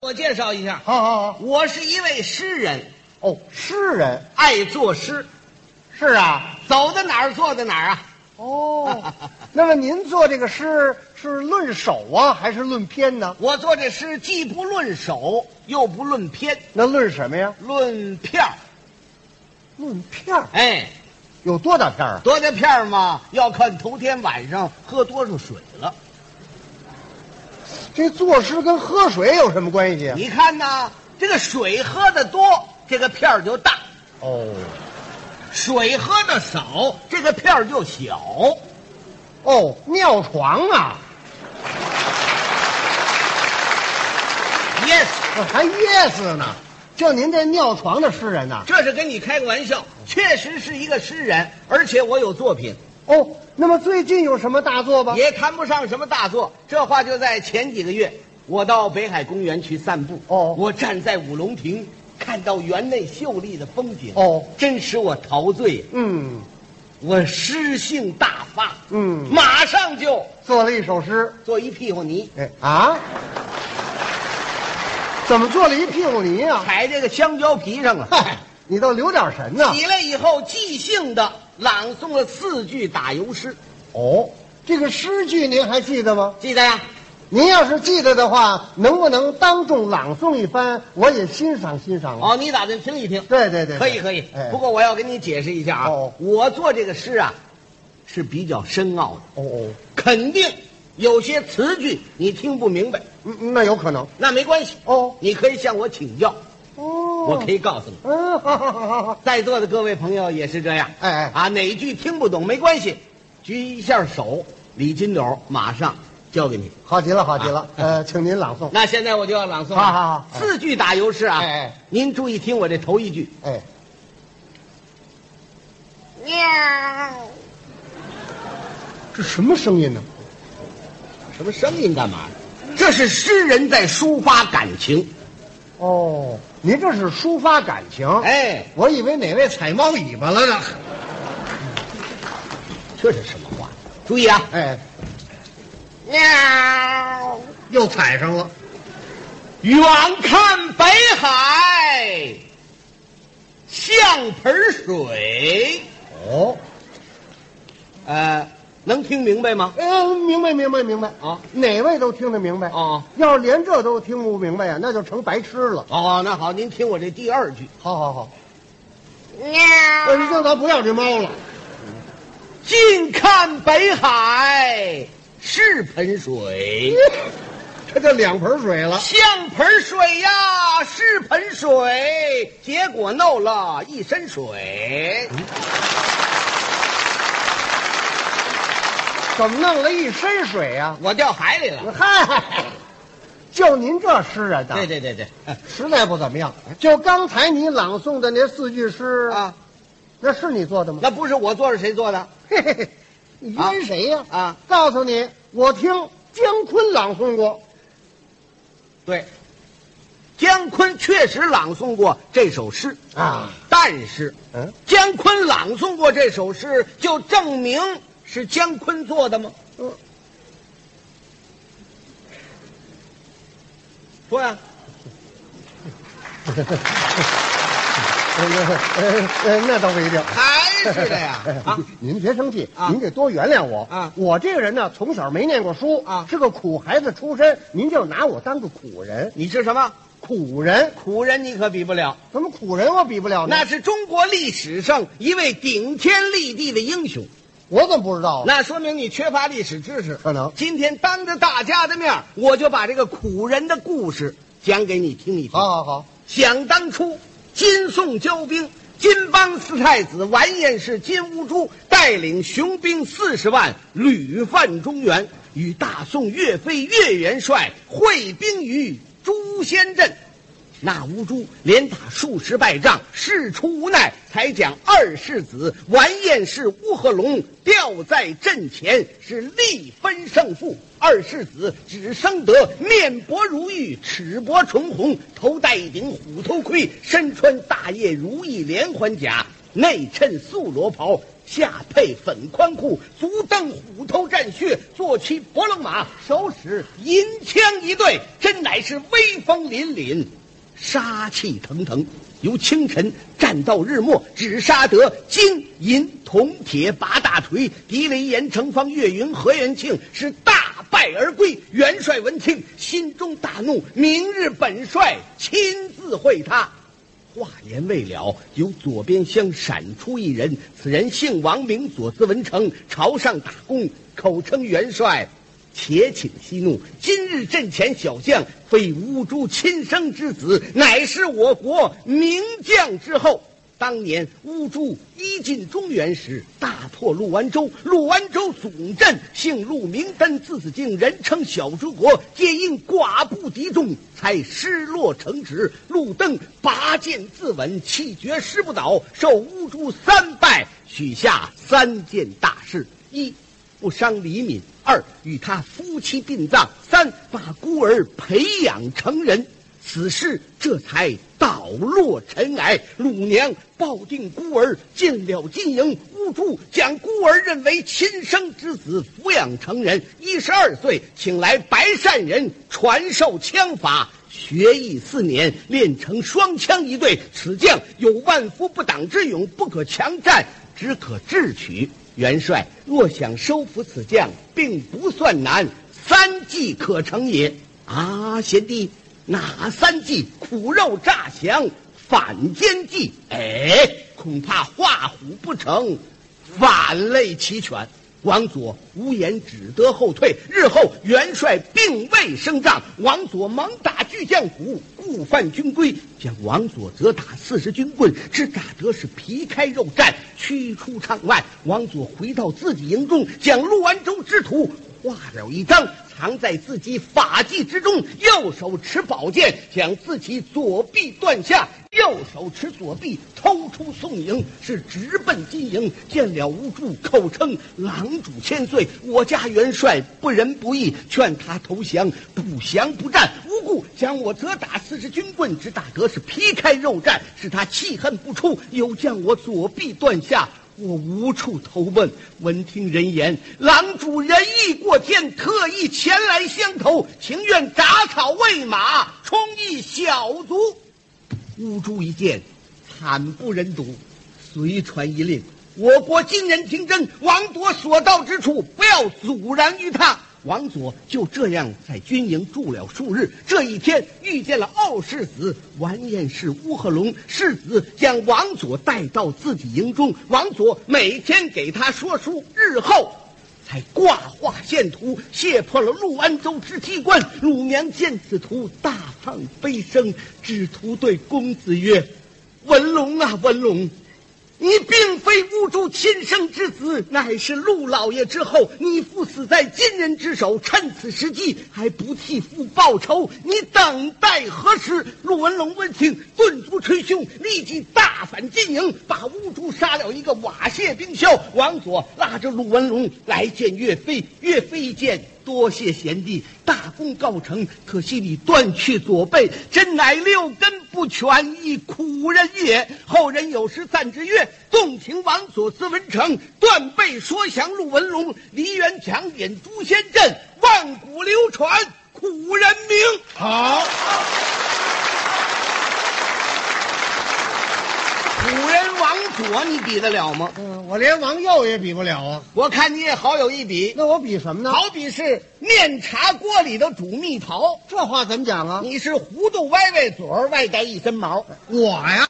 我介绍一下，好好好，我是一位诗人，哦，诗人爱作诗，是啊，走到哪儿坐到哪儿啊。哦， 那么您做这个诗是论首啊，还是论篇呢？我做这诗既不论首，又不论篇，那论什么呀？论片儿。论片儿，哎，有多大片儿啊？多大片儿嘛？要看头天晚上喝多少水了。这作诗跟喝水有什么关系啊？你看呐，这个水喝的多，这个片儿就大；哦，水喝的少，这个片儿就小。哦，尿床啊， Yes，还噎死呢！就您这尿床的诗人呐、这是跟你开个玩笑，确实是一个诗人，而且我有作品，哦，那么最近有什么大作吧？也谈不上什么大作。这话就在前几个月，我到北海公园去散步。哦我站在五龙亭，看到园内秀丽的风景。哦真使我陶醉，嗯我诗性大发。嗯，马上就做了一首诗。做一屁股泥，哎啊，怎么做了一屁股泥啊？踩这个香蕉皮上了。嗨，你倒留点神呐！起来以后，即兴的朗诵了四句打油诗，哦，这个诗句您还记得吗？记得呀？您要是记得的话，能不能当众朗诵一番？我也欣赏欣赏啊。哦，你打算听一听？对对对，可以可以哎，不过我要跟你解释一下啊，哦我做这个诗啊是比较深奥的，哦哦，肯定有些词句你听不明白，嗯，那有可能那没关系，哦你可以向我请教，哦，我可以。以告诉你。嗯，好好好好好，在座的各位朋友也是这样，哎哎啊，哪句听不懂没关系，举一下手，李金斗马上交给你。好极了好极了啊。呃，请您朗诵。那现在我就要朗诵了，好好好四句打油诗啊，哎哎您注意听我这头一句，哎，喵，这什么声音呢？什么声音干嘛？这是诗人在抒发感情。哦，您这是抒发感情。哎，我以为哪位踩猫尾巴了呢。这是什么话？注意啊，哎，喵，又踩上了。远看北海像盆水。哦，呃，能听明白吗？哎，明白明白明白啊，哪位都听得明白哦。要是连这都听不明白呀，那就成白痴了。哦，那好，您听我这第二句：好好好，呃，喵，让他不要这猫了。近看北海是盆水，这就两盆水了。像盆水呀，是盆水，结果弄了一身水。怎么弄了一身水啊呀、我掉海里了。呃嗨，就您这诗人呐，对对对对，实在不怎么样。就刚才你朗诵的那四句诗，啊，那是你做的吗？那不是我做是谁做的？嘿嘿嘿，你冤谁呀、啊告诉你，我听姜昆朗诵过。对，姜昆确实朗诵过这首诗啊，但是嗯，姜昆朗诵过这首诗，就证明是姜昆做的吗？嗯说呀、 呃呃呃，那倒不一定。哎还是 的呀啊！您别生气，啊您得多原谅我啊我这个人呢，从小没念过书啊是个苦孩子出身，您就拿我当个苦人，你是什么苦人苦人？你可比不了，怎么苦人我比不了呢？那是中国历史上一位顶天立地的英雄。我怎么不知道啊？那说明你缺乏历史知识。可能今天当着大家的面儿，我就把这个苦人的故事讲给你听一听。好好好，想当初，金宋交兵，金邦四太子完颜氏金兀术带领雄兵四十万，屡犯中原，与大宋岳飞岳元帅会兵于朱仙镇。那乌珠连打数十败仗，事出无奈，才将二世子完颜氏乌合龙吊在阵前，是力分胜负。二世子只生得面薄如玉，齿薄唇红，头戴一顶虎头盔，身穿大叶如意连环甲，内衬素罗袍，下配粉宽裤，足蹬虎头战靴，坐骑伯龙马，手使银枪一对，真乃是威风凛凛，杀气腾腾。由清晨战到日暮，只杀得金银铜铁八大锤，狄雷严、程方、岳云、何元庆是大败而归。元帅闻听，心中大怒，明日本帅亲自会他。话言未了，由左边厢闪出一人，此人姓王，名左，字文成，朝上打工，口称元帅。且请息怒，今日阵前小将非乌珠亲生之子，乃是我国名将之后。当年乌珠一进中原时，大破陆安州，陆安州总镇姓陆，名丹，字子敬，人称小诸国。皆因寡不敌众，才失落城池。陆登拔剑自刎，气绝师不倒，受乌珠三拜，许下三件大事：一。不伤李敏；二，与他夫妻殡葬；三，把孤儿培养成人。此事这才倒落尘埃。鲁娘抱定孤儿，进了金营，乌珠将孤儿认为亲生之子，抚养成人。一十二岁，请来白善人传授枪法。学艺四年，练成双枪一对。此将有万夫不挡之勇，不可强战，只可智取。元帅若想收服此将，并不算难，三计可成也。啊，贤弟，哪三计？苦肉诈降，反间计。哎，恐怕画虎不成，反类齐全。王佐无言，只得后退。日后元帅并未升帐，王佐忙打巨将鼓，故犯军规，将王佐责打四十军棍，只打得是皮开肉绽，驱出帐外。王佐回到自己营中，将陆安州之图画了一张，藏在自己法纪之中。右手持宝剑，将自己左臂断下。右手持左臂偷出宋营，是直奔金营。见了吴柱，口称狼主千岁，我家元帅不仁不义，劝他投降，不降不战。无故将我责打四十军棍，只打得是皮开肉绽，使他气恨不出，又将我左臂断下。我无处投奔，闻听人言，狼主仁义过天，特意前来相投，情愿铡草喂马，充一小卒。乌珠一见，惨不忍睹，随传一令：我国金人听真，王铎所到之处，不要阻拦于他。王佐就这样在军营住了数日。这一天遇见了傲世子完颜氏乌合龙，世子将王佐带到自己营中，王佐每天给他说书，日后。才挂画献图，卸破了陆安州之机关。鲁娘见此图，大放悲声，只图对公子曰：“文龙啊，文龙！”你并非乌珠亲生之子，乃是陆老爷之后。你父死在金人之手，趁此时机还不替父报仇，你等待何时？陆文龙闻听，顿足捶胸，立即大反金营，把乌珠杀了一个瓦屑冰消。王佐拉着陆文龙来见岳飞，岳飞一见。多谢贤弟，大功告成。可惜你断去左背，真乃六根不全，亦苦人也。后人有诗赞之曰：“纵情王佐思文成，断背说降陆文龙。梨园强点诛仙阵，万古流传苦人名。”好，古人王佐，你比得了吗？嗯，我连王佑也比不了啊。我看你也好有一比，那我比什么呢？，好比是面茶锅里的煮蜜桃，这话怎么讲啊？你是糊涂歪歪嘴儿，外带一身毛。我呀。